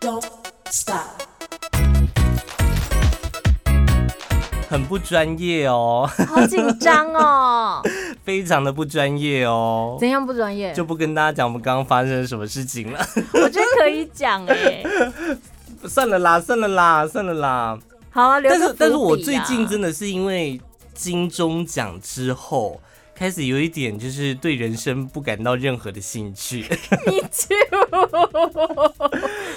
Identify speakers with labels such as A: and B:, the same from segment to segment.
A: don't stop.
B: 很不专业哦，
C: 好紧张哦，
B: 非常的不专业哦，
C: 怎样不专业？
B: 就不跟大家讲我们刚刚发生了什么事情了。
C: 我觉得可以讲哎、
B: 欸算了啦，算了啦，算了啦。
C: 好啊，留
B: 但
C: 个
B: 是，但是我
C: 伏笔
B: 最
C: 啊
B: 近真的是因为金钟奖之后，开始有一点就是对人生不感到任何的兴趣。
C: Me too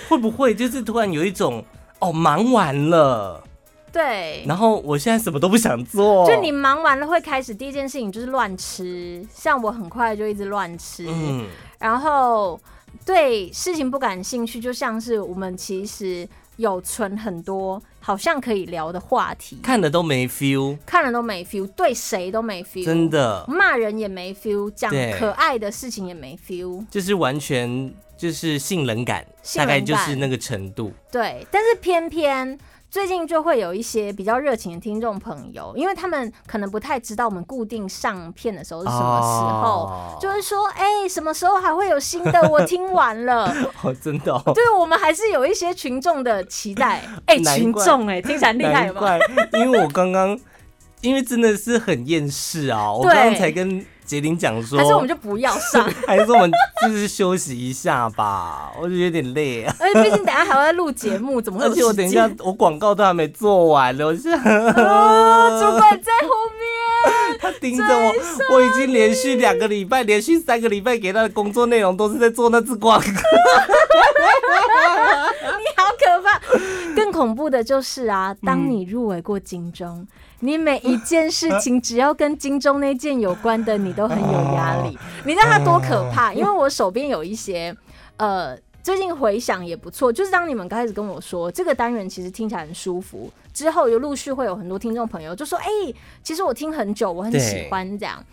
B: 会不会就是突然有一种哦忙完了，
C: 对，
B: 然后我现在什么都不想做？
C: 就你忙完了会开始第一件事情就是乱吃，像我很快就一直乱吃，
B: 嗯，
C: 然后对事情不感兴趣，就像是我们其实有存很多好像可以聊的话题，
B: 看的都没 feel，
C: 看了都没 feel，对谁都没 feel，
B: 真的
C: 骂人也没 feel，讲
B: 对
C: 可爱的事情也没 feel，
B: 就是完全就是性冷感，
C: 性
B: 大
C: 冷
B: 概
C: 感
B: 就是那个程度。
C: 对，但是偏偏。最近就会有一些比较热情的听众朋友，因为他们可能不太知道我们固定上片的时候是什么时候，
B: 哦
C: 就是说，哎、什么时候还会有新的？我听完 了，
B: 哦，真的哦。
C: 对我们还是有一些群众的 期待。哎、
B: 难怪
C: 群众哎、听起来很厉害
B: 难
C: 有没有？
B: 怪，因为我刚刚，因为真的是很厌世啊！我
C: 对
B: 刚刚才跟杰林讲说，
C: 还是我们就不要 上，
B: 还是我们就是休息一下吧，我就有点累啊。
C: 哎而且毕竟等一下还要录节目，怎么会
B: 而
C: 有时
B: 且
C: 间？
B: 我等一下，我广告都还没做完呢，我 是
C: 啊主管在后面，
B: 他盯着我，我已经连续两个礼拜，连续三个礼拜给他的工作内容都是在做那只广 告。
C: 你好可怕。更恐怖的就是啊，当你入围过金钟，你每一件事情只要跟金钟那件有关的，你都很有压力。你知道它多可怕？因为我手边有一些，呃。最近回想也不错，就是当你们刚开始跟我说这个单元其实听起来很舒服，之后又陆续会有很多听众朋友就说：“哎、其实我听很久，我很喜欢这样。”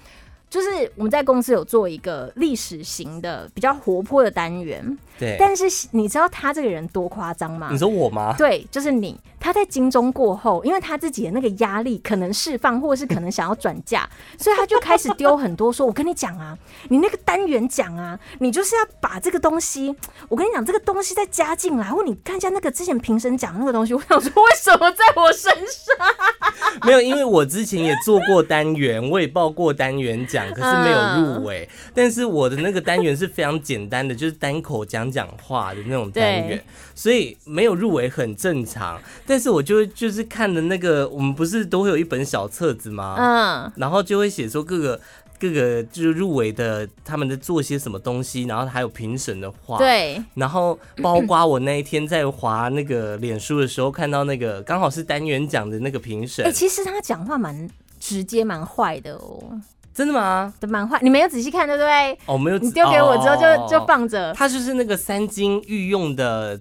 C: 就是我们在公司有做一个历史型的比较活泼的单元，
B: 对
C: 但是你知道他这个人多夸张 吗
B: 你？说我吗？
C: 对，就是你。他在金钟过后，因为他自己的那个压力可能释放，或者是可能想要转 嫁，所以他就开始丢很多说：“我跟你讲啊，你那个单元讲啊，你就是要把这个东西，我跟你讲这个东西再加进来，啊或你看一下那个之前评审讲的那个东西。”我想说，为什么在我身 上？
B: 没有，因为我之前也做过单元，我也报过单元奖，可是没有
C: 嗯
B: 入围。但是我的那个单元是非常简单的，就是单口讲讲话的那种单元
C: 对，
B: 所以没有入围很正常。但是我就会就是看的那个，我们不是都会有一本小册子吗？
C: 嗯，
B: 然后就会写说各个各个就是入围的他们在做些什么东西，然后还有评审的话。。
C: 对，哎
B: 然后包括我那一天在滑那个脸书的时候，看到那个刚好是单元奖的那个评审
C: 哎、，其实他讲话蛮直接，蛮坏的哦，
B: 真的吗？
C: 蛮坏。你没有仔细看，对不对？
B: 哦，没有指，
C: 你丢给我之后就、
B: 哦
C: 就。放着。
B: 他就是那个三金御用的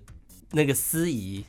B: 那个司仪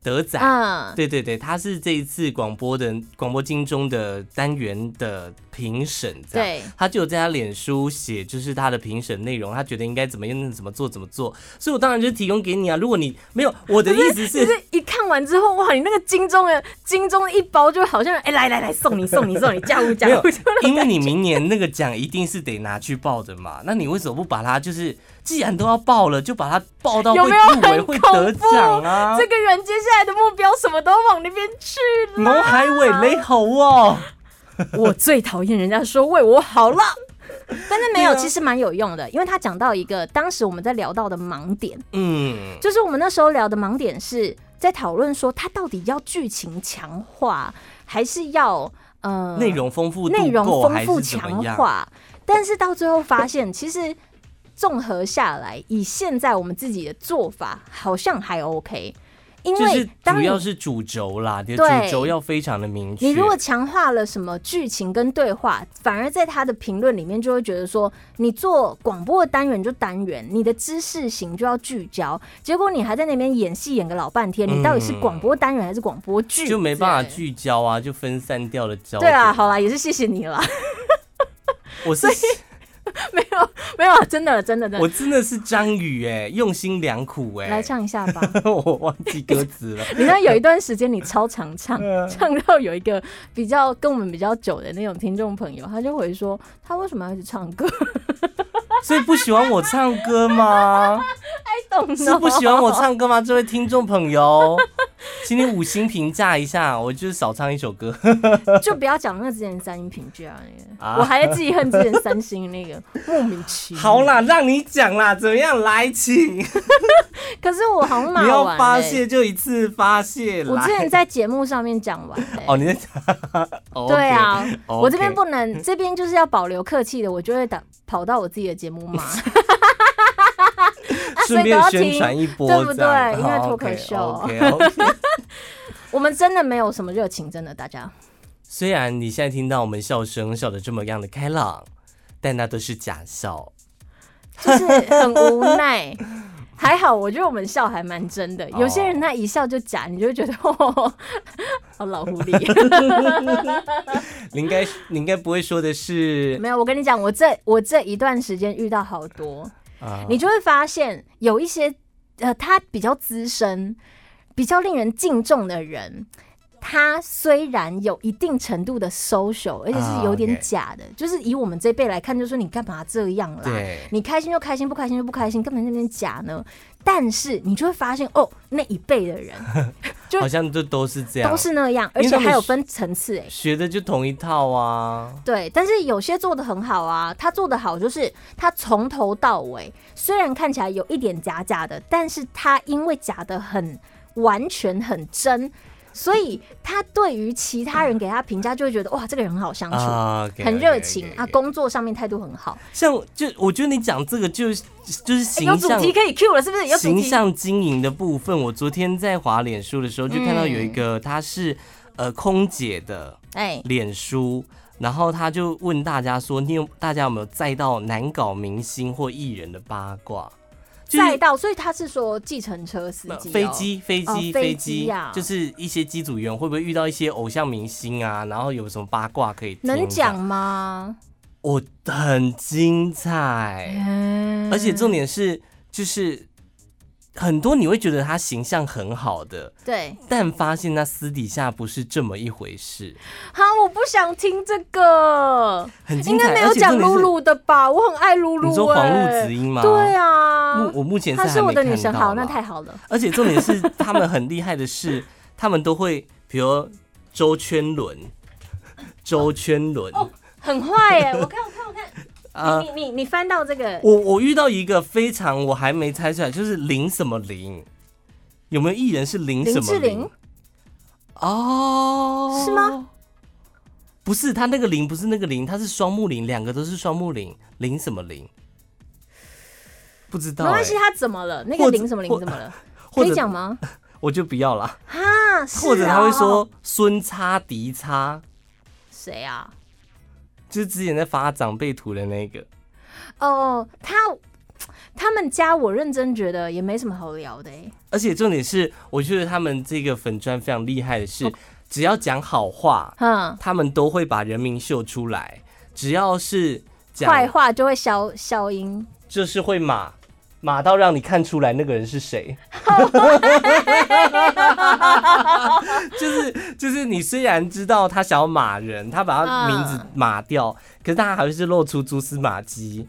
B: 德仔，
C: 嗯，
B: 对对对，他是这一次广播的广播金钟的单元的评审，这样。
C: 对，
B: 他就有在他脸书写，就是他的评审内容，他觉得应该怎么样、怎么做、怎么做，所以我当然就提供给你啊。如果你没有我的意思，
C: 就是是一看完之后，哇，你那个金钟的金钟一包，就好像哎、来来来，送你送你送你，加入加
B: 没有
C: 入，就那种
B: 因为你明年那个奖一定是得拿去报的嘛， 那你为什么不把它就是既然都要报了，就把它报到
C: 有
B: 会
C: 没有
B: 入围、
C: 很
B: 会
C: 恐
B: 得
C: 怖？
B: 奖啊？
C: 这个人接下来的目标什么都往那边去了。
B: 我海尾雷猴哦，
C: 我最讨厌人家说为我好了， 但是没有，
B: 对啊
C: 其实蛮有用的，因为他讲到一个当时我们在聊到的盲点，
B: 嗯，
C: 就是我们那时候聊的盲点是在讨论说他到底要剧情强化，还是要呃
B: 内容丰富度
C: 内容
B: 够
C: 丰
B: 还
C: 富
B: 是怎
C: 强
B: 么样？
C: 化，但是到最后发现，其实综合下来，以现在我们自己的做法，好像还 OK。因
B: 就是
C: 为当
B: 主
C: 你
B: 要是主轴啦，你的
C: 对
B: 主轴要非常的明确。
C: 你如果强化了什么剧情跟对话，反而在他的评论里面就会觉得说，你做广播的单元就单元，你的知识型就要聚焦，结果你还在那边演戏演个老半天，你到底是
B: 嗯
C: 广播单元还是广播剧？
B: 就没办法
C: 对。
B: 聚焦啊，就分散掉了焦
C: 对
B: 点。
C: 啊，好啦，也是谢谢你啦，
B: 我是
C: 没有 没有，真的真的真的，
B: 我真的是张宇哎，用心良苦哎、
C: 来唱一下吧。
B: 我忘记歌词了。
C: 你知道有一段时间你超常 唱，
B: 啊
C: 唱到有一个比较跟我们比较久的那种听众朋友，他就回说 他为什么要一直唱歌？
B: 所以不喜欢我唱歌吗？
C: 哎，懂 don't know。
B: 是不喜欢我唱歌吗？这位听众朋友， 请你五星评价一下，我就是少唱一首歌。
C: 就不要讲那个之前三星评价那个，
B: 啊
C: 我还在记恨之前三星那个莫名其妙。
B: 好，啦，让你讲啦，怎么样？来，请
C: 可是我好像骂
B: 你要
C: 完、欸，
B: 发泄就一次发泄
C: 我
B: 啦
C: 之。前在节目上面讲完、欸。
B: 哦，你在讲？OK，
C: 对啊
B: OK
C: 我这边不能，这边就是要保留客气的，我就会打跑到我自己的节 目骂， 啊
B: 顺便宣传一波，
C: 对不对
B: 这样
C: 因为脱口秀
B: OK，OK，OK
C: 我们真的没有什么热情，真的大家。
B: 虽然你现在听到我们笑声笑得这么样的开朗，但那都是假笑。
C: 就是很无 奈。还好，我觉得我们笑还蛮真的。
B: 哦
C: 有些人他一笑就假，你就会觉得哦，好老狐 狸。
B: 你应该你应该不会说的是
C: 没有，我跟你讲，我这我这一段时间遇到好多，
B: 啊，
C: 你就会发现有一些呃，他比较资深、比较令人敬重的人，他虽然有一定程度的 social，而且是有
B: 啊
C: 点
B: ，OK
C: 假的，就是以我们这辈来看，就说你干嘛这样啦？
B: 对
C: 你开心就开心，不开心就不开心，根本那边假呢。但是你就会发现，哦，那一辈的人就
B: 好像就都是这样，
C: 都是那样，而
B: 啊因为
C: 且
B: 他们
C: 还有
B: 是
C: 分层次哎、
B: 学的就同一套啊。
C: 对，但是有些做的很好啊，他做的好就是他从头到尾，虽然看起来有一点假假的，但是他因为假的很完全很真，所以他对于其他人给他评价就会觉得哇，这个人很好相处。
B: 啊，OK，OK，OK，OK，
C: 很热情啊，工作上面态度很好。
B: 像就我觉得你讲这个就是就是
C: 哎有
B: 形
C: 主
B: 象
C: 题可以 Q 了，是不是？有主
B: 形
C: 题。
B: 象经营的部分，我昨天在滑脸书的时候就看到有一
C: 嗯
B: 个她是、呃空姐的
C: 哎，
B: 脸书，然后她就问大家说，你有大家有没有载到难搞明星或艺人的八卦？就是
C: 载到，所以他是说计程车司机哦、
B: 飞机、飞机、
C: 哦
B: 飞
C: 飞
B: 机
C: 机呀
B: 就是一些机组员会不会遇到一些偶像明星啊？然后有什么八卦可以听
C: 能
B: 这样
C: 讲？吗？
B: 我很精彩，
C: 嗯
B: 而且重点是，就是很多你会觉得他形象很好的，
C: 对，
B: 但发现他私底下不是这么一回事，
C: 哈，我不想听这个，
B: 很精
C: 应该
B: 彩。
C: 没有
B: 而且
C: 讲
B: 重点
C: 露
B: 是，
C: 露的吧？我很爱露露、欸，
B: 你说黄露子音吗？
C: 对啊
B: 目，我目前是
C: 她
B: 还
C: 是我
B: 没
C: 的女
B: 看
C: 神，
B: 到
C: 好，那
B: 啦
C: 太好了。
B: 而且重点是，他们很厉害的是，他们都会，比如周圈轮，周圈轮，
C: 很坏 哎、我看，我看，我看，
B: 啊，
C: 你你你翻到这个，
B: 我我遇到一个非常我还没猜出来，就是林什么林，有没有艺人是林什
C: 林
B: 么
C: 志玲？
B: 哦，
C: 是吗？
B: 不是，他那个林不是那个林，他是双木林，两个都是双木林，林什么林？不知道、
C: 没
B: 欸，
C: 关系，她怎么了？那
B: 或
C: 个
B: 者
C: 林什么林
B: 或
C: 怎么了？
B: 或
C: 可
B: 者
C: 以讲吗？
B: 我就不要啦。
C: 哈，是
B: 或者他会
C: 哦
B: 说孙叉迪叉，
C: 谁啊？
B: 就是之前在发长辈图的那个。
C: 哦，他他们家我认真觉得也没什么好聊的、欸，
B: 而且重点是，我觉得他们这个粉砖非常厉害的
C: 哦
B: 是，只要讲好话，
C: 哼，
B: 他们都会把人名秀出来；只要是
C: 坏
B: 讲，
C: 话就会消消音，
B: 就是会骂，骂到让你看出来那个人是谁。 就是就是，你虽然知道他想要骂人，他把他名字码掉，
C: 嗯
B: 可是他还是露出蛛丝马迹。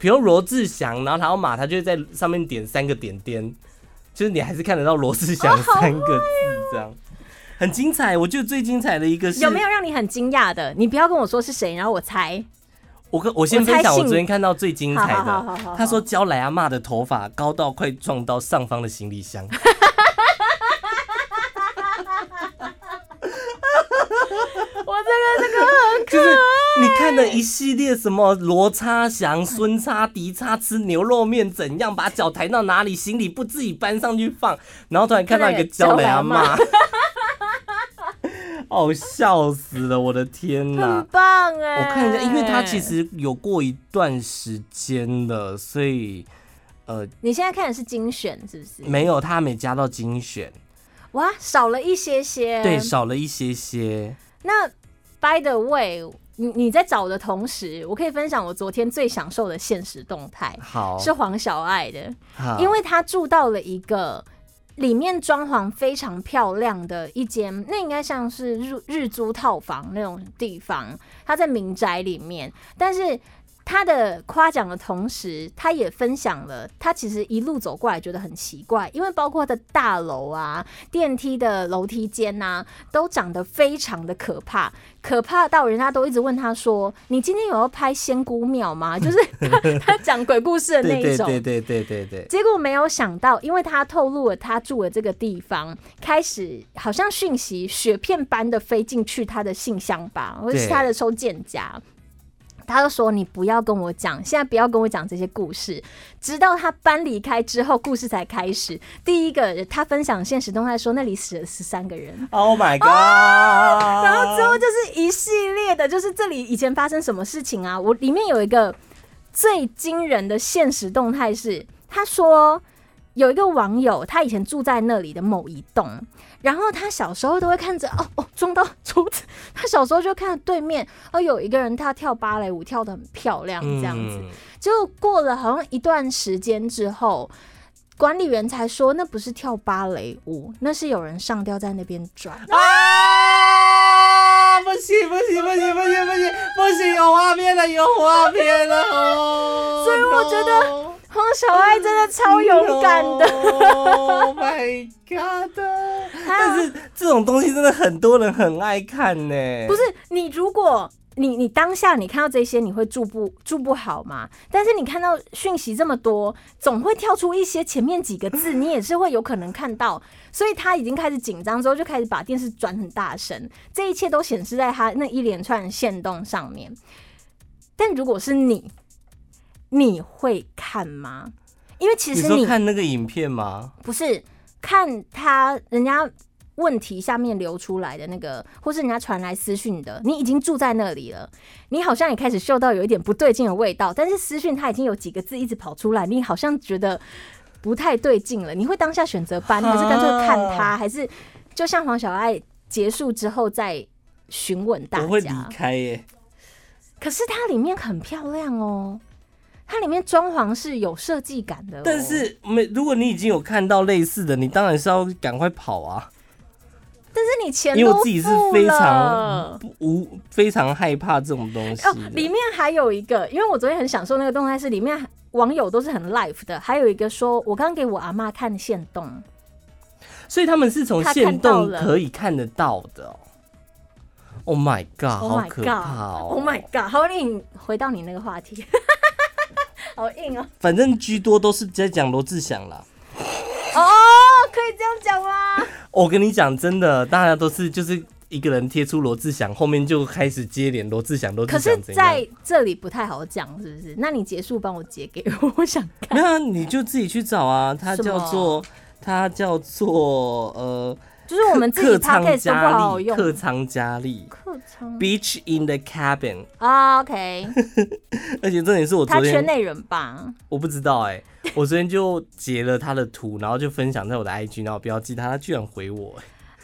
B: 比如罗志祥，然后他要骂，他就会在上面点三个点点，就是你还是看得到罗志祥
C: 哦
B: 三个字这样。很精彩，我觉得最精彩的一个是
C: 有没有让你很惊讶的？你不要跟我说是谁，然后我猜。
B: 我跟我先
C: 我
B: 分
C: 猜
B: 享我
C: 信
B: 昨天看到最精彩
C: 好好好好
B: 的
C: 好，
B: 他说娇莱阿嬷的头发高到快撞到上方的行李 箱，
C: 我这个这个
B: 就是你看了一系列什么罗叉祥、孙叉、迪叉吃牛肉面怎样，把脚抬到哪里，行李不自己搬上去放，然后突然看到一个娇莱阿嬷， 哦笑死了，我的天哪
C: 很！棒哎、
B: 我看一下，因为他其实有过一段时间了，所以呃
C: 你现在看的是精选是不是？
B: 没有他还没加到精选。
C: 哇，少了一些些。
B: 对，少了一些些。
C: 那 by the way，你你在找的同时，我可以分享我昨天最享受的现实动态，
B: 好，
C: 是黄小爱的，
B: 好
C: 因为她住到了一个。里面装潢非常漂亮的一间，那应该像是日日租套房那种地方，它在民宅里面，但是他的夸奖的同时，他也分享了他其实一路走过来觉得很奇怪，因为包括他的大楼啊、电梯的楼梯间呐、都长得非常的可怕，可怕到人家都一直问他说：“你今天有要拍仙姑庙吗？”就是 他他讲鬼故事的那
B: 对
C: 一
B: 对
C: 种。
B: 对对对对对，
C: 结果没有想到，因为他透露了他住的这个地方，开始好像讯息雪片般的飞进去他的信箱吧，或者是
B: 对
C: 他的收件夹。他就说：“你不要跟我讲，现在不要跟我讲这些故事。”直到他搬离开之后，故事才开始。第一个，他分享现实动态说那里死了十三个人，
B: Oh my god！
C: 啊然后之后就是一系列的，就是这里以前发生什么事情啊？我里面有一个最惊人的现实动态是，他说有一个网友，他以前住在那里的某一栋，然后他小时候都会看着哦哦撞到 竹子，他小时候就看着对面哦有一个人他跳芭蕾舞跳得很漂亮这样子，
B: 嗯
C: 结果过了好像一段时间之后。管理员才说，那不是跳芭蕾舞，那是有人上吊在那边转。
B: 啊！不行不行不行不行不行不行，有画面了有画面了哦！
C: 所以我觉得
B: no
C: 黄小爱真的超勇敢 的，
B: Oh my god！但
C: 啊
B: 是这种东西真的很多人很爱看呢、
C: 不是你如果。你你当下你看到这些，你会住不住不好嘛？但是你看到讯息这么多，总会跳出一些前面几个字，你也是会有可能看到。所以他已经开始紧张之后，就开始把电视转很大声，这一切都显示在他那一连串的线动上面。但如果是你，你会看吗？因为其
B: 你
C: 实
B: 说看那个影片吗？
C: 不是看他人家问题下面流出来的那个，或是人家传来私讯的，你已经住在那里了，你好像也开始嗅到有一点不对劲的味道，但是私讯他已经有几个字一直跑出来，你好像觉得不太对劲了，你会当下选择搬，还是干
B: 啊
C: 脆看他，还是就像黄小爱结束之后再询问大
B: 我会离
C: 家？
B: 开耶、
C: 可是它里面很漂亮哦。它里面装潢是有设计感的哦、
B: 但是没，如果你已经有看到类似的，你当然是要赶快跑啊！
C: 但是你钱
B: 因为
C: 都
B: 我自己是
C: 付
B: 非
C: 了
B: 常不无非常害怕这种东西的。
C: 哦，里面还有一个，因为我昨天很享受那个动态，是里面网友都是很 live 的，还有一个说，我刚给我阿嬷看线动，
B: 所以他们是从
C: 他
B: 线
C: 看到
B: 动
C: 了
B: 可以看得到的哦、Oh my god！好
C: Oh my
B: 可怕哦
C: god！Oh my god！好，你回到你那个话题， 好硬哦。
B: 反正居多都是在讲罗志祥啦。
C: 哦，可以这样 讲吗？
B: 我跟你讲，真的，大家都是就是一个人贴出罗志祥，后面就开始接连罗志祥、罗
C: 可
B: 志
C: 是
B: 祥怎样？
C: 在这里不太好讲，是不是？那你结束帮我截给我，我想 看。
B: 没有啊，你就自己去找啊。他
C: 什么
B: 叫做他叫做呃，
C: 就是我们自己
B: 客仓
C: podcast 都不
B: 佳
C: 好好
B: 丽，
C: 用。
B: 客仓佳丽
C: 客舱
B: ，Beach in the Cabin。
C: 啊，OK，
B: 而且重点是我
C: 他
B: 昨
C: 圈
B: 天
C: 内人吧？
B: 我不知道哎、我昨天就截了他的图，然后就分享在我的 IG，然后标记他，他居然回我、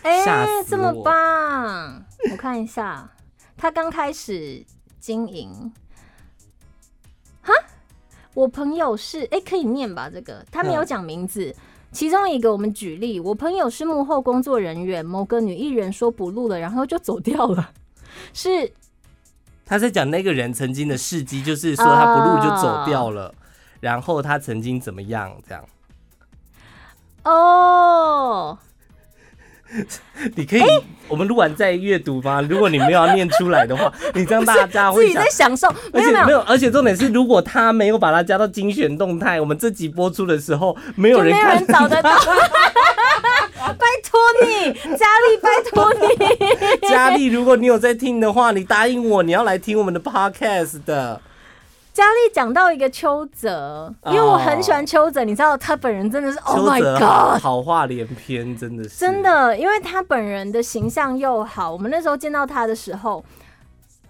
B: 欸
C: 哎、
B: 吓死
C: 这么
B: 我
C: 棒！我看一下，他刚开始经营，哈，我朋友是哎、可以念吧？这个他没有
B: 嗯
C: 讲名字。其中一个我们举例，我朋友是幕后工作人员，某个女艺人说不录了，然后就走掉了。是
B: 他在讲那个人曾经的事迹，就是说他不录就
C: 啊
B: 走掉了，然后他曾经怎么样这样。
C: 哦，
B: 你可以，我们录完再阅读吗？如果你没有要念出来的话，你这样大家
C: 自
B: 会
C: 己
B: 想
C: 在。享受，
B: 而
C: 没有
B: 且
C: 没有
B: 没，有，而且重点是，如果他没有把它加到精选动态，我们这集播出的时候，没有
C: 就没
B: 人
C: 有
B: 看
C: 人。找得到。 拜托你，佳丽，拜托你。
B: 佳丽，如果你有在听的话，你答应我，你要来听我们的 podcast 的。
C: 佳丽讲到一个邱泽，因为我很喜欢邱泽，你知道他本人真的是 Oh
B: 哦邱
C: my
B: 泽
C: God，
B: 好话连篇，真的是
C: 真。的，因为他本人的形象又好，我们那时候见到他的时候，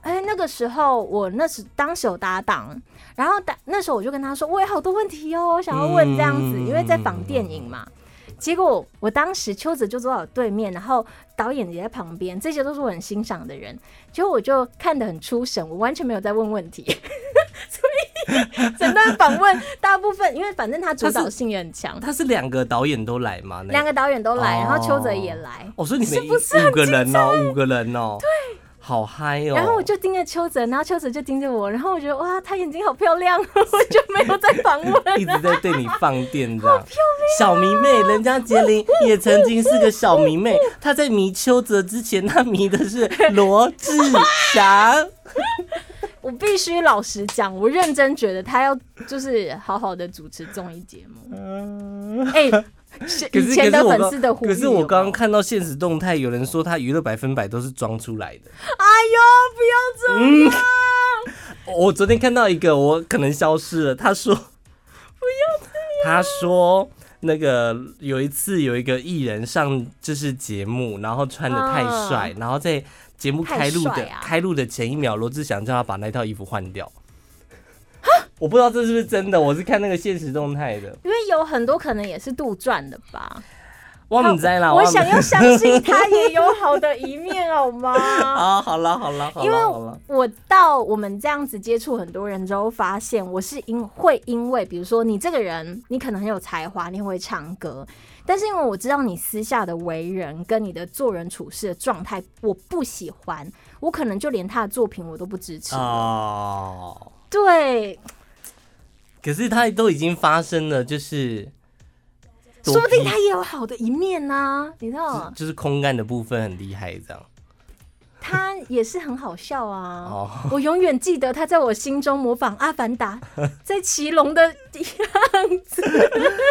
C: 哎、那个时候我那时当时有搭档，然后搭那时候我就跟他说，我有好多问题哦，我想要问这样子，
B: 嗯
C: 因为在仿电影嘛。结果我当时邱泽就坐在我对面，然后导演也在旁边，这些都是我很欣赏的人。结果我就看得很出神，我完全没有在问问题， 所以整段访问大部分，因为反正他主导性也很强，
B: 他是两个导演都来吗？那个
C: 两个导演都来，然后邱泽也
B: 哦
C: 来。
B: 哦，所以你们
C: 是不是
B: 五个人哦，五个人哦，对，好嗨哦！
C: 然后我就盯着邱泽，然后邱泽就盯着我，然后我觉得哇，她眼睛好漂亮，哦我就没有再访问了。
B: 一直在对你放电的，
C: 啊
B: 小迷妹，人家杰林也曾经是个小迷妹，她在迷邱泽之前，她迷的是罗志祥。
C: 我必须老实讲，我认真觉得她要就是好好的主持综艺节目。 哎、是
B: 嗯可
C: 以
B: 是
C: 前
B: 可
C: 的
B: 是我
C: 粉丝的
B: 刚
C: 呼吁。
B: 可是我刚
C: 有没
B: 刚
C: 有
B: 看到现实动态，有人说他娱乐百分百都是装出来的。
C: 哎呦，不要这
B: 嗯
C: 样，
B: 我昨天看到一个，我可能消失了。他 说不要这样。他说那个有一次有一个艺人上就是节目，然后穿的太帅，然后在节目开录
C: 啊太
B: 的、
C: 帅啊
B: 开录的前一秒，罗志祥叫他把那套衣服换掉。我不知道这是不是真的，我是看那个现实动态的。
C: 因为有很多可能也是杜撰的吧。
B: 我们在啦，
C: 我
B: 不知
C: 想要相信他也有好的一面，好 吗？
B: 啊，好了好了好
C: 因为
B: 了好了，
C: 我到我们这样子接触很多人之后，发现我是因会因为，比如说你这个人，你可能很有才华，你很会唱歌，但是因为我知道你私下的为人跟你的做人处事的状态，我不喜欢，我可能就连他的作品我都不支持。
B: 啊哦。
C: 对，
B: 可是它都已经发生了，就是
C: 说不定
B: 多批
C: 他也有好的一面呐、你知道，
B: 就是空干的部分很厉害，这样
C: 他也是很好笑 啊。
B: 哦。
C: 我永远记得他在我心中模仿《阿凡达》在骑龙的样子。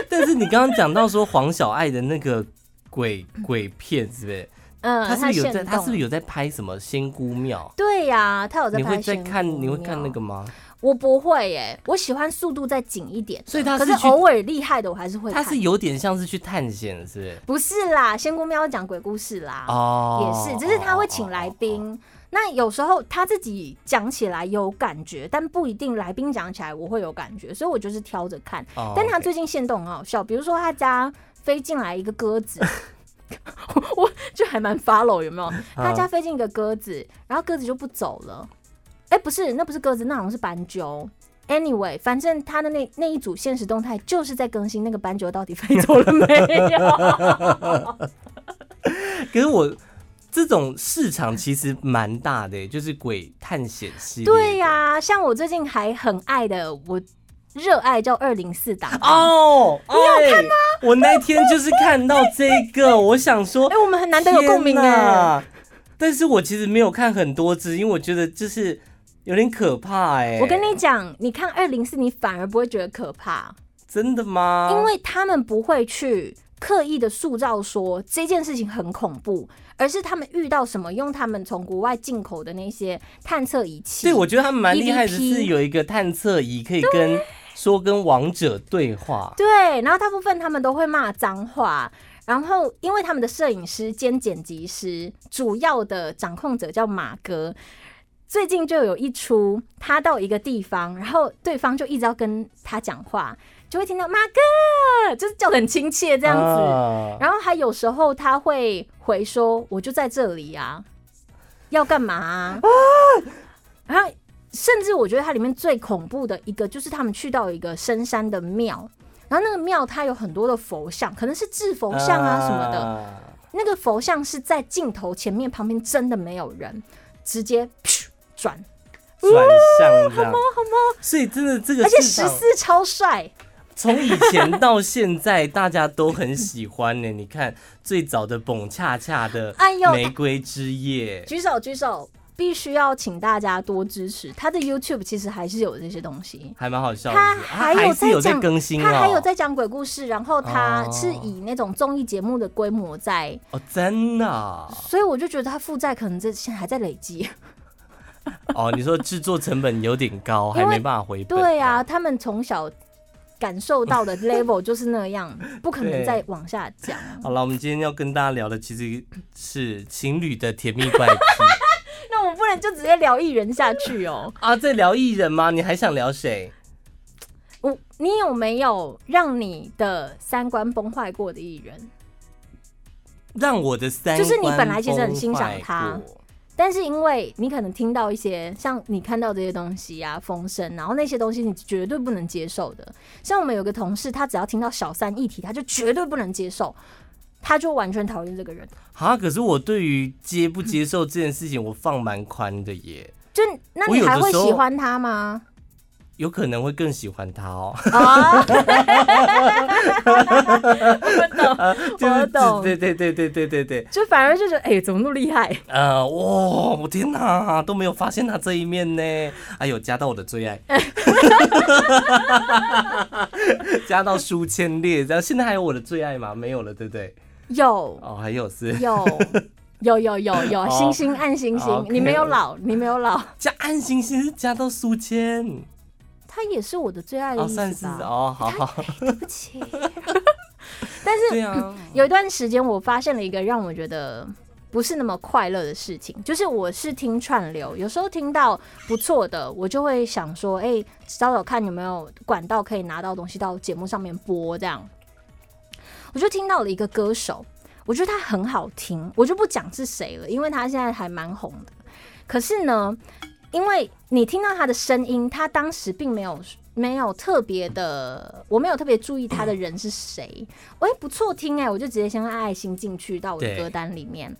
B: 但是你刚刚讲到说黄小爱的那个鬼鬼片，是不是？
C: 嗯，
B: 他是不是有在？
C: 现
B: 他是不
C: 动
B: 是有在拍什么仙姑庙？
C: 对呀、他有在
B: 你
C: 拍。哦
B: 会在看？你会看那？个吗？
C: 我不会耶、我喜欢速度再紧一点。
B: 所以他
C: 可
B: 是
C: 是
B: 去，
C: 偶尔厉害的我还是会
B: 他
C: 看。
B: 是有点像是去探险，是不是？
C: 不是啦，仙姑喵讲鬼故事啦，
B: 哦，
C: 也是，只是他会请来宾。那有时候他自己讲起来有感觉，但不一定来宾讲起来我会有感觉，所以我就是挑着看。
B: 哦。哦
C: 但他
B: OK
C: 最近线动很好笑，比如说他家飞进来一个鸽子， 我我就还蛮 follow 有没有？他
B: 嗯
C: 家飞进一个鸽子，然后鸽子就不走了。哎、不是，那不是鸽子，那好像是斑鸠。Anyway，反正他的那那一组现实动态就是在更新那个斑鸠到底飞走了没 有。
B: 可是我这种市场其实蛮大的耶，就是鬼探险系列。
C: 对呀、像我最近还很爱的，我热爱叫二零四档案。
B: 哦，你有看吗？我那天就是看到这个，我想说
C: 哎、，我们很难得有共鸣
B: 天
C: 哎、
B: 哪但是我其实没有看很多只，因为我觉得就是有点可怕哎、
C: 我跟你讲，你看二零四，你反而不会觉得可怕。
B: 真的吗？
C: 因为他们不会去刻意的塑造说这件事情很恐怖，而是他们遇到什么，用他们从国外进口的那些探测仪器。
B: 对，我觉得他们蛮厉害的
C: EVP
B: 是有一个探测仪可以跟说跟王者对话。
C: 对然后大部分他们都会骂脏话。然后，因为他们的摄影师兼剪辑师，主要的掌控者叫马哥。最近就有一出，他到一个地方，然后对方就一直要跟他讲话，就会听到马哥，就是叫的很亲切这样子。
B: 啊
C: 然后还有时候他会回说：“我就在这里啊，要干嘛、啊？”然后甚至我觉得它里面最恐怖的一个就是他们去到一个深山的庙，然后那个庙它有很多的佛像，可能是制佛像啊什么的。
B: 啊
C: 那个佛像是在镜头前面旁边真的没有人，直接转，
B: 转向这样，好猫好猫。所以真的这个
C: 而且
B: 市
C: 十
B: 场
C: 四超帅，
B: 从以前到现在，大家都很喜欢呢、你看最早的蹦恰恰的
C: 哎呦
B: 《玫瑰之夜》
C: 举手举手。必须要请大家多支持他的 YouTube，其实还是有这些东西。
B: 还蛮好笑的，
C: 他
B: 它
C: 还
B: 还
C: 有
B: 是有在
C: 讲，
B: 更新哦，
C: 他还有在讲鬼故事，然后他
B: 哦
C: 是以那种综艺节目的规模在，
B: 哦，真的啊、
C: 所以我就觉得他负债可能这现在还在累 积。
B: 哦，你说制作成本有点高，
C: 因为
B: 还没办法回本。
C: 对啊，他们从小感受到的 level 就是那样，不可能再往下啊降。
B: 好了，我们今天要跟大家聊的其实是情侣的甜蜜怪 癖
C: 那我们不能就直接聊艺人下去哦。
B: 啊，在聊艺人吗？你还想聊谁？
C: 我，你有没有让你的三观崩坏过的艺人？
B: 让我的三
C: 就是你
B: 观
C: 本来其实很欣赏
B: 崩坏
C: 他
B: 过
C: 但是因为你可能听到一些像你看到这些东西啊，风声，然后那些东西你绝对不能接受的。像我们有个同事，他只要听到小三议题，他就绝对不能接受。他就完全讨厌这个人。
B: 啊，可是我对于接不接受这件事情，我放蛮宽的耶，
C: 就那
B: 我
C: 你
B: 有的
C: 还会
B: 时候
C: 喜欢他吗？
B: 有可能会更喜欢他 哦。
C: 啊，我懂，
B: 就是
C: 我懂
B: 对对对对对对对，
C: 就反而就觉得哎、怎么那么厉害？
B: 呃，哇，我天哪，都没有发现他这一面呢。哎呦，加到我的最爱， 加到书签列，然后现在还有我的最爱吗？没有了，对不对？
C: 有
B: 哦，还有是
C: 有有有有有，
B: 哦
C: 星星按星星，
B: OK
C: 你没有老，你没有老，
B: 加暗星星是加到书签，
C: 他也是我的最爱的
B: 哦，
C: 意
B: 算是
C: 思吧？
B: 哦，好好，
C: 对不起， 但是
B: 对啊，
C: 有一段时间，我发现了一个让我觉得不是那么快乐的事情，就是我是听串流，有时候听到不错的，我就会想说，哎、找找看有没有管道可以拿到东西到节目上面播这样。我就听到了一个歌手，我觉得他很好听，我就不讲是谁了，因为他现在还蛮红的。可是呢，因为你听到他的声音，他当时并没有没有特别的，我没有特别注意他的人是谁。哎、不错听哎、我就直接先按爱心进去到我的
B: 对
C: 歌单里面。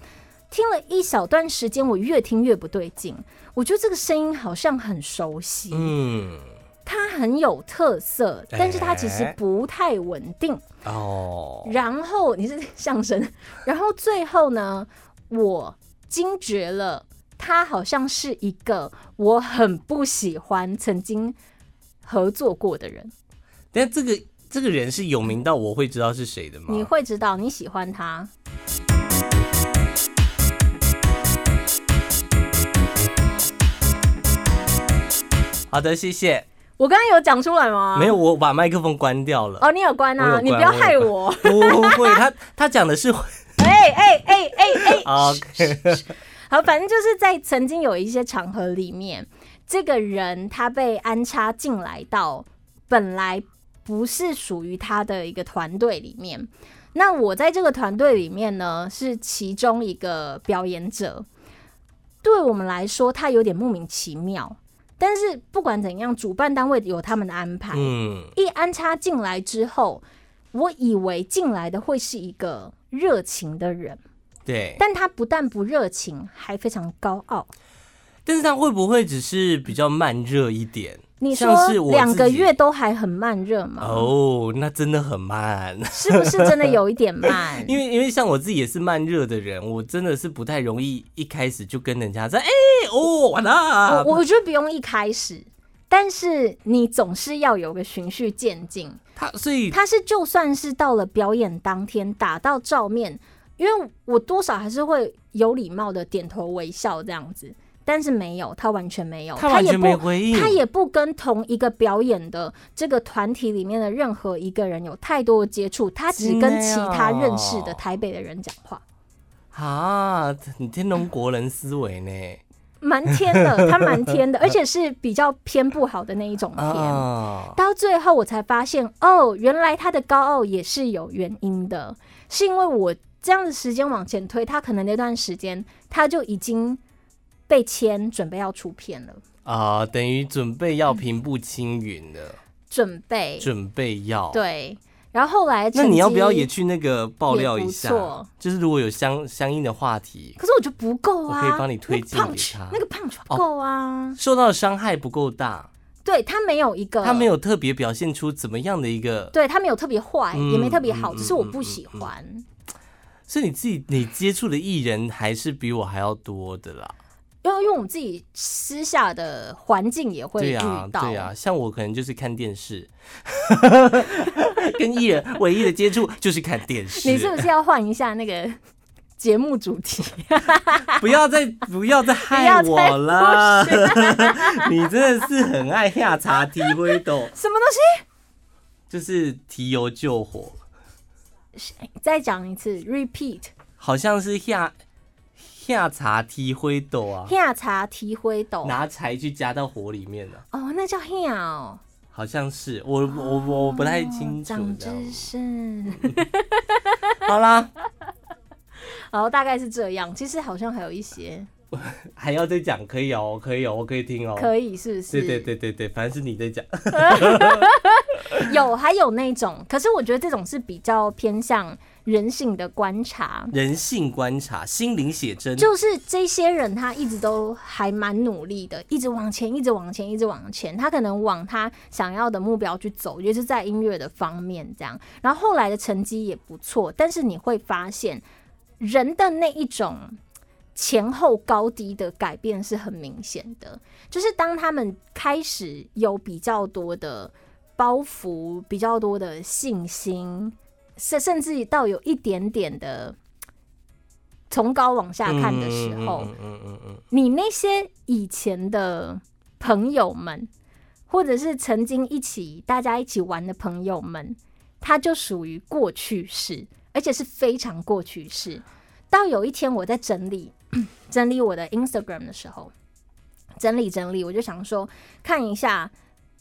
C: 听了一小段时间，我越听越不对劲，我觉得这个声音好像很熟悉，
B: 嗯，
C: 它很有特色，但是它其实
B: 哎
C: 不太稳定。
B: 哦，
C: 然后你是相声， 然后最后呢，我惊觉了，他好像是一个我很不喜欢曾经合作过的人。
B: 但这个这个人是有名到我会知道是谁的吗？
C: 你会知道你喜欢他，
B: 好的，谢谢。
C: 我刚刚有讲出来吗？
B: 没有，。我把麦克风关掉了。
C: 哦，你有关啊！
B: 我有关
C: 你不要害我。
B: 不会，他他讲的是
C: 哎哎哎哎哎
B: OK，
C: 好，反正就是在曾经有一些场合里面，这个人他被安插进来到本来不是属于他的一个团队里面。那我在这个团队里面呢，是其中一个表演者。对我们来说，他有点莫名其妙。但是不管怎样，主办单位有他们的安排。
B: 嗯，
C: 一安插进来之后，我以为进来的会是一个热情的人，
B: 对。
C: 但他不但不热情，还非常高傲。
B: 但是他会不会只是比较慢热一点？
C: 你说
B: 像是我自己
C: 两个月都还很慢热吗？
B: 哦，那真的很慢，？
C: 是不是真的有一点 慢
B: 因为因为像我自己也是慢热的人，我真的是不太容易一开始就跟人家在哎、哦完了，
C: 我我觉得不用一开始，但是你总是要有个循序渐进。
B: 他所以
C: 他是就算是到了表演当天打到照面，因为我多少还是会有礼貌的点头微笑这样子，但是没有，他完全没有，
B: 他完
C: 也
B: 全没
C: 不。
B: 回应，
C: 他也不跟同一个表演的这个团体里面的任何一个人有太多的接触，他只跟其他认识的台北的人讲话，
B: 啊，你天龙国人思维呢
C: 蛮天 的，他蛮天的，而且是比较偏不好的那一种 偏。
B: 啊，
C: 到最后我才发现，哦，原来他的高傲也是有原因的，是因为我这样的时间往前推，他可能那段时间他就已经被签，准备要出片了，
B: 啊，等于准备要平步青云了，
C: 准备
B: 准备要
C: 对，然后后来
B: 那你要不要
C: 成绩
B: 也？去那个爆料
C: 也
B: 一
C: 不
B: 下
C: 错？
B: 就是如果有相相应的话题，
C: 可是我觉得不够啊，
B: 我可以帮你推荐
C: 那个
B: 给
C: punch
B: 他哦
C: 那个 punch 不够啊，
B: 受到的伤害不够大，
C: 对他没有一个，
B: 他没有特别表现出怎么样的一个，
C: 嗯对他没有特别坏，
B: 嗯
C: 也没特别好，
B: 嗯
C: 只是我不喜欢。
B: 所以你自己你接触的艺人还是比我还要多的啦。
C: 因为因为我们自己私下的环境也会
B: 对
C: 遇
B: 呀、
C: 到，
B: 对啊呀、像我可能就是看电视，跟艺人唯一的接触就是看电视。
C: 你是不是要换一下那个 节目主 题？
B: 不要再不要再害
C: 不要再
B: 我了？你真的是很爱下茶提灰斗，
C: 什么东
B: 就是提油救火。
C: 西？再讲一次，repeat。
B: 好像是下下茶提灰斗 啊，
C: 下茶提灰斗
B: 拿柴去加到火里面的、啊
C: 哦，那叫下哦，
B: 好像是我我我不太清楚
C: 长
B: 这样子。
C: 知识。
B: 好啦，
C: 然后大概是这样，其实好像还有一些
B: 还要再讲，可以哦，可以哦，我可以听哦。
C: 可以，是不是？
B: 对对对对对，反正是你在讲。
C: 有还有那种，可是我觉得这种是比较偏向人性的观察。
B: 人性观察，心灵写真，
C: 就是这些人，他一直都还蛮努力的，一直往前，一直往前，一直往前。他可能往他想要的目标去走，也就是在音乐的方面这样。然后后来的成绩也不错，但是你会发现，人的那一种前后高低的改变是很明显的。就是当他们开始有比较多的包袱，比较多的信心，甚甚至到有一点点的从高往下看的时候，
B: 嗯嗯嗯嗯
C: 你那些以前的朋友们，或者是曾经一起大家一起玩的朋友们，他就属于过去式，而且是非常过去式。到有一天我在整理 整理我的 Instagram 的时候，整理整理，我就想说看一下，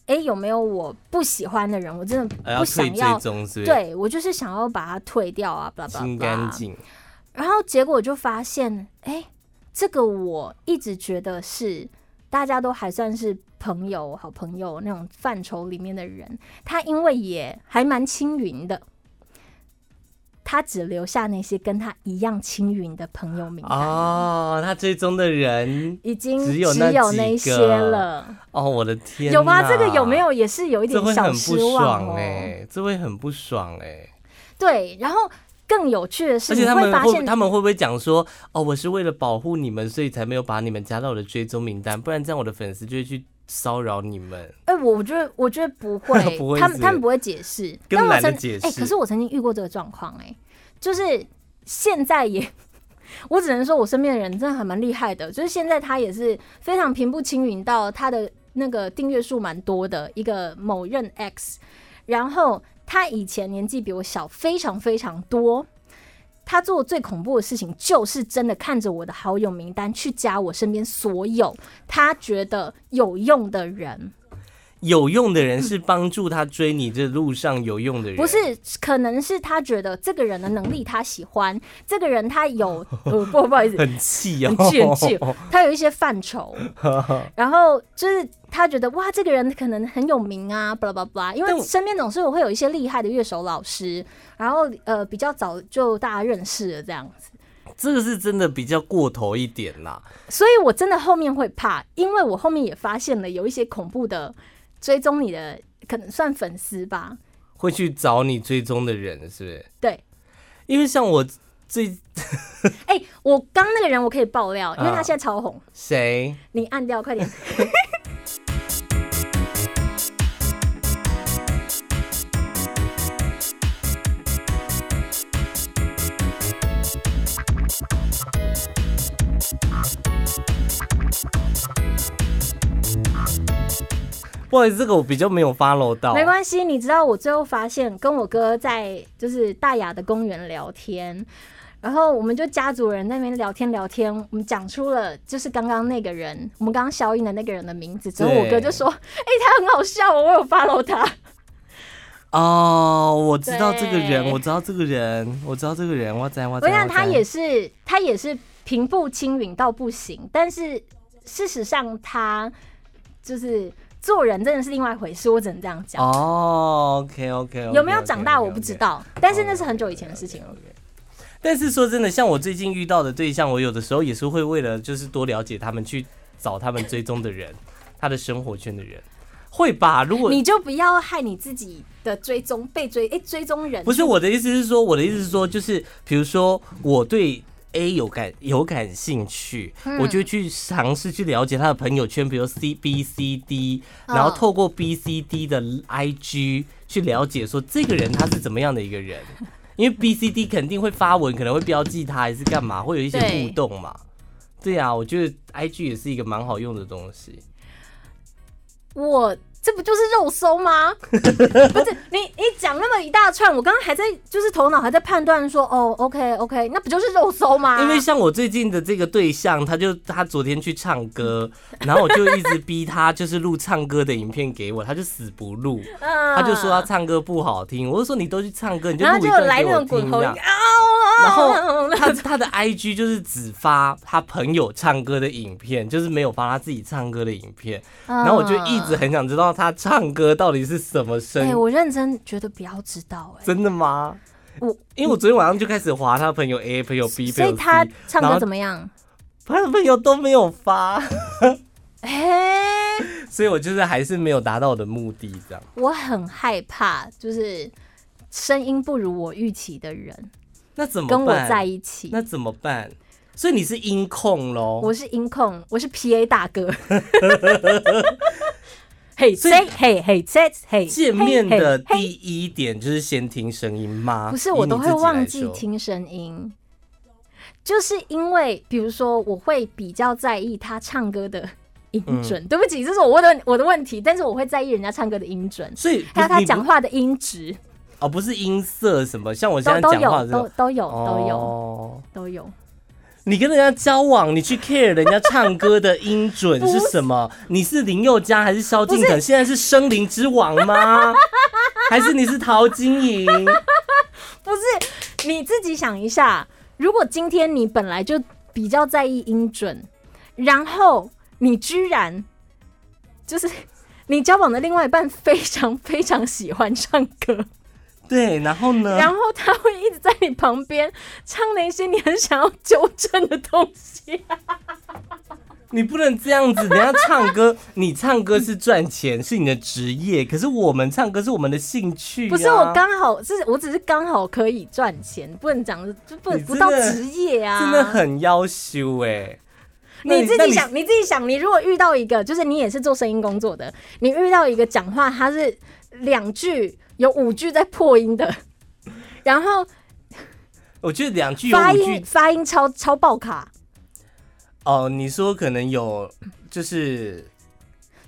C: 诶，有没有我不喜欢的人？我真
B: 嗯，
C: 的
B: 要
C: 不
B: 退
C: 想
B: 追
C: 要，
B: 踪是不是？，
C: 对我就是想要把它退掉啊，巴拉巴
B: 清
C: 拉
B: 干。净。
C: 然后结果就发现，哎、这个我一直觉得是大家都还算是朋友、好朋友那种范畴里面的人，他因为也还蛮青云的。他只留下那些跟他一样青云的朋友名单，
B: 哦，他追踪的人
C: 已经
B: 只
C: 只
B: 有
C: 有
B: 那
C: 那
B: 几
C: 些
B: 个
C: 了，
B: 哦，我的天哪，
C: 有吗？这个有没有也是有一
B: 这
C: 点
B: 会
C: 小
B: 很
C: 失
B: 不
C: 望
B: 爽
C: 哦。
B: 哎、这会很不爽哎、
C: 对，然后更有趣的是，
B: 而且
C: 你
B: 他
C: 会
B: 们
C: 发
B: 会
C: 现
B: 他们会不会讲说，哦，我是为了保护你们，所以才没有把你们加到我的追踪名单，不然这样我的粉丝就会去骚扰你们。
C: 哎、我我觉得我觉得不会，
B: 不会
C: 他
B: 是
C: 们
B: 不
C: 他们
B: 是
C: 不会解释。
B: 更
C: 但我
B: 懒得
C: 曾
B: 解
C: 哎、
B: 释
C: 可是我曾经遇过这个状况，哎，就是现在也， 我只能说我身边的人真的还蛮厉害的，就是现在他也是非常平步青云到他的那个订阅数蛮多的一个某任 X，然后他以前年纪比我小非常非常多。他做最恐怖的事情，就是真的看着我的好友名单去加我身边所有他觉得有用的人。
B: 有用的人是帮助他追你这路上有用的人，
C: 嗯不是，可能是他觉得这个人的能力他喜欢，这个人他 有，呃，不不好意思，
B: 很气哦，
C: 很气很气他有一些 范畴，然后就是他觉得哇，这个人可能很有名啊，巴拉巴拉巴拉，因
B: 但
C: 为
B: 我
C: 身边总是会有一些厉害的乐手老师，然后呃比较早就大家认识了这样子，
B: 这个是真的比较过头一点啦。
C: 所以我真的后面会怕，因为我后面也发现了有一些恐怖的追踪你的，可能算粉丝吧，
B: 会去找你追踪的人，是不是？
C: 对，
B: 因为像我最
C: 哎、我刚那个人我可以爆料，因为
B: 啊
C: 他现在超红。
B: 谁
C: 你按掉，快点。
B: 不好意思，这个我比较没有 follow 到，
C: 没关系，你知道我最后发现，跟我哥在就是大雅的公园聊天，然后我们就家族人在那边聊天聊天，我们讲出了就是刚刚那个人，我们刚刚消音的那个人的名字之后，
B: 对
C: 我哥就说：“哎、他很好笑哦，我有 follow 他。
B: 哦，我知道这个人，
C: 对
B: 我知道这个人，我知道这个人，哇塞”哇塞！
C: 我想
B: 哇塞
C: 他也是，他也是平步青云到不行，但是事实上他就是做人真的是另外一回事，我只能这样讲。
B: 哦，OK OK，
C: 有没有长大我不知，道，但是那是很久以前的事情了。
B: 但是说真的，像我最近遇到的对象，我有的时候也是会为了就是多了解他们，去找他们追踪的人，他的生活圈的人，会吧？如果
C: 你就不要害你自己的追踪被追，哎、追踪人
B: 不是我的意思是说，我的意思是说，就是比如说我对 A 有感有感兴趣，
C: 嗯
B: 我就去尝试去了解他的朋友圈，比如 C B C D，
C: 嗯
B: 然后透过 B C D 的 I G 去了解说这个人他是怎么样的一个人，因为 B C D 肯定会发文，可能会标记他还是干嘛，会有一些
C: 对
B: 互动嘛。对啊，我觉得 I G 也是一个蛮好用的东西。
C: 我这不就是肉 搜吗？不是你你讲那么一大串，我刚刚还在就是头脑还在判断说，哦，OK OK，那不就是肉搜吗？
B: 因为像我最近的这个对象，他就他昨天去唱歌，
C: 嗯
B: 然后我就一直逼他，就是录唱歌的影片给我，他就死不录，
C: 嗯
B: 啊他就说他唱歌不好听，我就说你都去唱歌，你就
C: 然后
B: 录一
C: 就
B: 段
C: 来
B: 给
C: 那
B: 我
C: 种
B: 听这
C: 滚喉音
B: 样
C: 啊，哦
B: 然后他他的 IG 就是只发他朋友唱歌的影片，就是没有发他自己唱歌的影片。
C: 啊
B: 然
C: 嗯
B: 后我就一直很想知道他唱歌到底是什么声
C: 哎、
B: 音，
C: 我认真觉得不要知道哎、
B: 真的吗？
C: 我
B: 因为我昨天晚上就开始划他的朋友 A、朋友 B、朋
C: 所
B: 友
C: 以
B: C，
C: 他
B: 然
C: 唱歌
B: 后
C: 怎么样？
B: 他的朋友都没有发，
C: 哎、
B: 所以我就是还是没有达到我的目的，这样。
C: 我很害怕，就是声音不如我预期的人
B: 那怎么
C: 跟
B: 办？
C: 我在一起。
B: 那怎么办？所以你是音控喽？
C: 我是音控，我是 PA 大哥。 嘿，
B: 所
C: 这
B: 以
C: 嘿哎嘿这嘿，
B: 见面的
C: 嘿嘿
B: 第一点就是先听声音吗？
C: 不是，
B: 以
C: 我都
B: 你
C: 会
B: 自己来
C: 忘记
B: 说。
C: 听声音，就是因为比如说，我会比较在意他唱歌的音
B: 嗯
C: 准。对不起，这是我问的我的问题，但是我会在意人家唱歌的音准，
B: 所以不
C: 还有他
B: 你不
C: 讲话的音质，
B: 哦，不是音色什么，像我现
C: 都
B: 在
C: 都
B: 讲话
C: 有，
B: 的时候
C: 都都有，都有，
B: 哦。
C: 都有。
B: 你跟人家交往，你去 care 人家唱歌的音准
C: 不是
B: 是什么？你是林宥嘉还是萧敬腾？现在是生灵之王 吗？还是你是陶晶莹？
C: 不是，你自己想一下，如果今天你本来就比较在意音准，然后你居然就是你交往的另外一半非常非常喜欢唱歌，
B: 对，然后呢？
C: 然后他会一直在你旁边唱那些你很想要纠正的东 西，
B: 啊你不能这样子，人家唱歌， 你唱歌是赚钱，是你的职业，可是我们唱歌是我们的兴趣、啊。
C: 不是我刚好是我只是刚好可以赚钱，不能讲就不
B: 你真的
C: 不到职业啊，
B: 真的很要羞哎、那
C: 你自
B: 那
C: 己想，你自己想，你如果遇到一个，就是你也是做声音工作的，你遇到一个讲话他是两句有五句在破音的，然后
B: 我觉得两句有
C: 发
B: 五
C: 音
B: 句
C: 发音超超爆卡，
B: 哦，你说可能有就是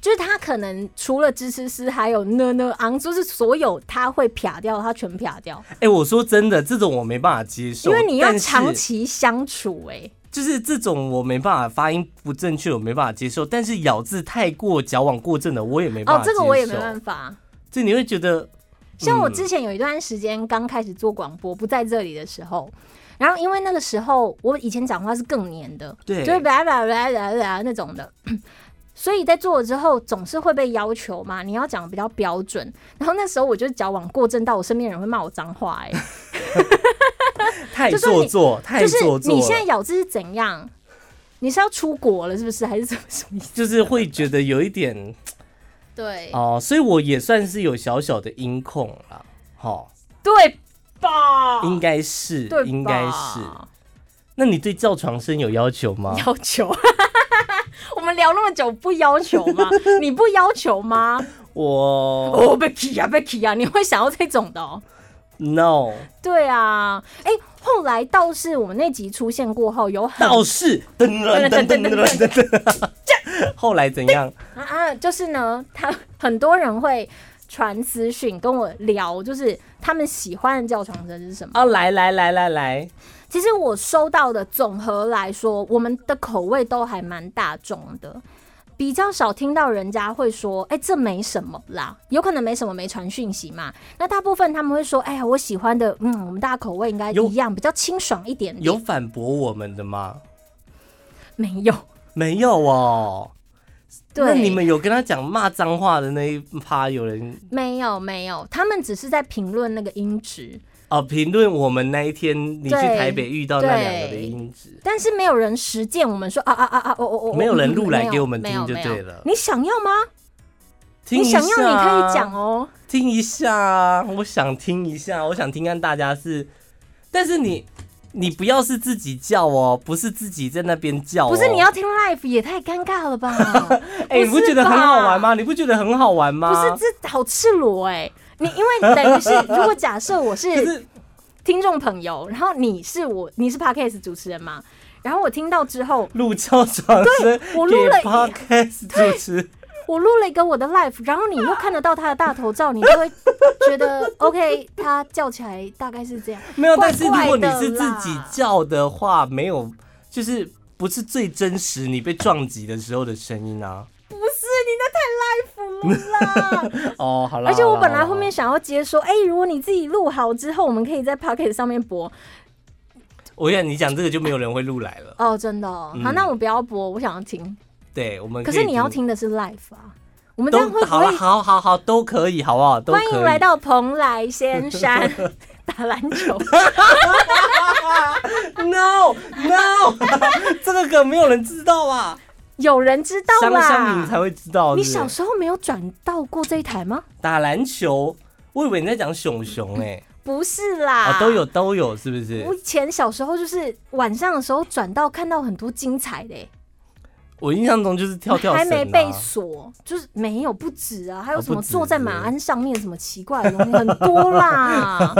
C: 就是他可能除了吱吱吱，还有呢呢昂，就是所有他会撇掉，他全撇掉，
B: 哎、我说真的，这种我没办法接受，
C: 因为你要
B: 但是
C: 长期相处、欸，
B: 就是这种我没办法发音不正确，我没办法接受，但是咬字太过矫枉过正的我也没办
C: 哦
B: 法，接受。
C: 这个我也没办
B: 法，
C: 法。
B: 这你会觉得
C: 像我
B: 嗯
C: 之前有一段时间刚开始做广播，不在这里的时候，然后因为那个时候我以前讲话是更黏的，
B: 对
C: 就是叭叭叭叭叭那种的。所以在做了之后，总是会被要求嘛，你要讲得比较标准。然后那时候我就矫枉过正，到我身边人会骂我脏话、欸，
B: 太
C: 就说你
B: 做作， 太
C: 就是
B: 做作了。
C: 你现在咬字是怎样？你是要出国了是不是？还是什么什么意思？
B: 就是会觉得有一点
C: 对，
B: 哦，所以我也算是有小小的音控啦，好、
C: 对吧？
B: 应该是
C: 哦对，吧，
B: 应该是。那你对叫床声有要求吗？
C: 要求。 我们聊那么久不要求 吗？你不要求吗？
B: 我
C: 哦，被 k 啊，被 k 啊，你会想要这种的哦？
B: no，
C: 对啊，哎、后来倒是我们那集出现过后，有很
B: 倒是噔噔噔噔噔噔噔噔。后来怎 样？
C: 啊啊，就是呢，他很多人会传私讯跟我聊，就是他们喜欢的叫床声是什么。
B: 哦，来来来来来，
C: 其实我收到的总和来说，我们的口味都还蛮大众的，比较少听到人家会说，哎、这没什么啦，有可能没什么没传讯息嘛。那大部分他们会说，哎呀，我喜欢的，嗯，我们大家口味应该
B: 有
C: 一样，比较清爽一点点。
B: 有反驳我们的吗？
C: 没有？
B: 没有哦。
C: 对，
B: 那你们有跟他讲骂脏话的那一趴，有人
C: 没有没有，他们只是在评论那个音质，
B: 哦评论我们那一天你去
C: 对
B: 台北遇到那两个的
C: 对
B: 音质？
C: 但是没有人实践。我们说啊啊啊啊，哦哦哦，
B: 没有人录来
C: 没有
B: 给我们听
C: 没有
B: 就对
C: 没有
B: 了
C: 你想要吗？
B: 听
C: 你
B: 一下
C: 想要你可以讲哦。
B: 听一下啊，我想听一下，我想听看大家是，但是你你不要是自己叫哦，不是自己在那边叫、哦，
C: 不是你要听 live 也太尴尬了吧？
B: 哎、你
C: 不
B: 不
C: 是
B: 觉得很好玩
C: 吧
B: 吗？你不觉得很好玩
C: 不
B: 吗？
C: 是，这好赤裸哎、你因为等于是，如果假设我
B: 可
C: 是
B: 是
C: 听众朋友，然后你是我，你是 podcast 主持人嘛，然后我听到之后，
B: 录叫床声
C: 对我录
B: 给
C: 了
B: podcast 主持，
C: 我录了一个我的 live，然后你又看得到他的大头照，你就会觉得 OK，他叫起来大概是这样。
B: 没有。
C: 怪
B: 但是如果你是
C: 怪的
B: 自
C: 啦
B: 己叫的话，没有，就是不是最真实你被撞击的时候的声音啊。
C: 不是你那太 live 了啦！
B: 哦，好了。
C: 而且我
B: 好啦
C: 本
B: 好
C: 来
B: 啦
C: 后面想要接说，哎、如果你自己录好之后，我们可以在 p o c k e t 上面播。
B: 我想你讲这个就没有人会录来了。
C: 哦，真的、哦，好，
B: 嗯
C: 那我不要播，我想要听。
B: 对，我们
C: 可
B: 以
C: 是你要听的是 live 啊，我们这样
B: 都
C: 会不
B: 好了，
C: 会？
B: 好好好，都可以，好不好？都可
C: 欢
B: 以
C: 迎 来到蓬莱仙山打篮球，
B: No No，这 个梗没有人知道啊，
C: 有人知道
B: 乡乡民
C: 啦。
B: 才会知道。
C: 你
B: 是不是
C: 小时候没有转到过这一台吗？
B: 打篮球，我以为你在讲熊熊哎，
C: 不是啦，
B: 啊，都有。都有，是不是
C: 我？以前小时候就是晚上的时候转到看到很多精彩的、欸，
B: 我印象中就是跳跳
C: 还
B: 绳
C: 没
B: 啊
C: 被。锁，就是没有不止啊，还有
B: 哦
C: 什么
B: 不止
C: 坐在马鞍上面什么奇怪的东西，很多 啦。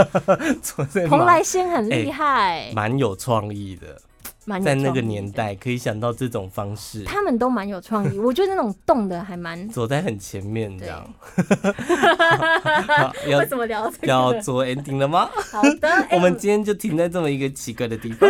B: 坐在
C: 蓬
B: 哎马
C: 莱仙很厉害，
B: 蛮有创意的，
C: 蛮、有
B: 在那
C: 创
B: 个
C: 意
B: 年
C: 的，
B: 代可以想到这种方式，
C: 他们都蛮有创意。我觉得那种动的还蛮……
B: 走在很前面这
C: 对
B: 样。 好要
C: 为什么 聊这
B: 要
C: 个？
B: 做 ending 了吗？
C: 好 的，哎
B: 我们今天就停在这么一个奇怪的地 方。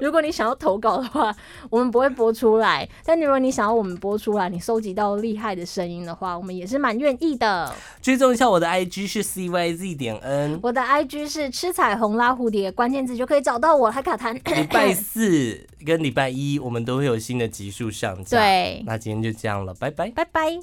C: 如果你想要投稿的话，我们不会播出来；但如果你想要我们播出来，你收集到厉害的声音的话，我们也是蛮愿意的。
B: 追踪一下我的 IG 是 cyz 点 n。
C: 我的 IG 是吃彩虹拉蝴蝶，关键字就可以找到我还卡痰。
B: 礼拜四跟礼拜一我们都会有新的集数上架。，
C: 对，
B: 那今天就这样了，拜拜。
C: 拜拜。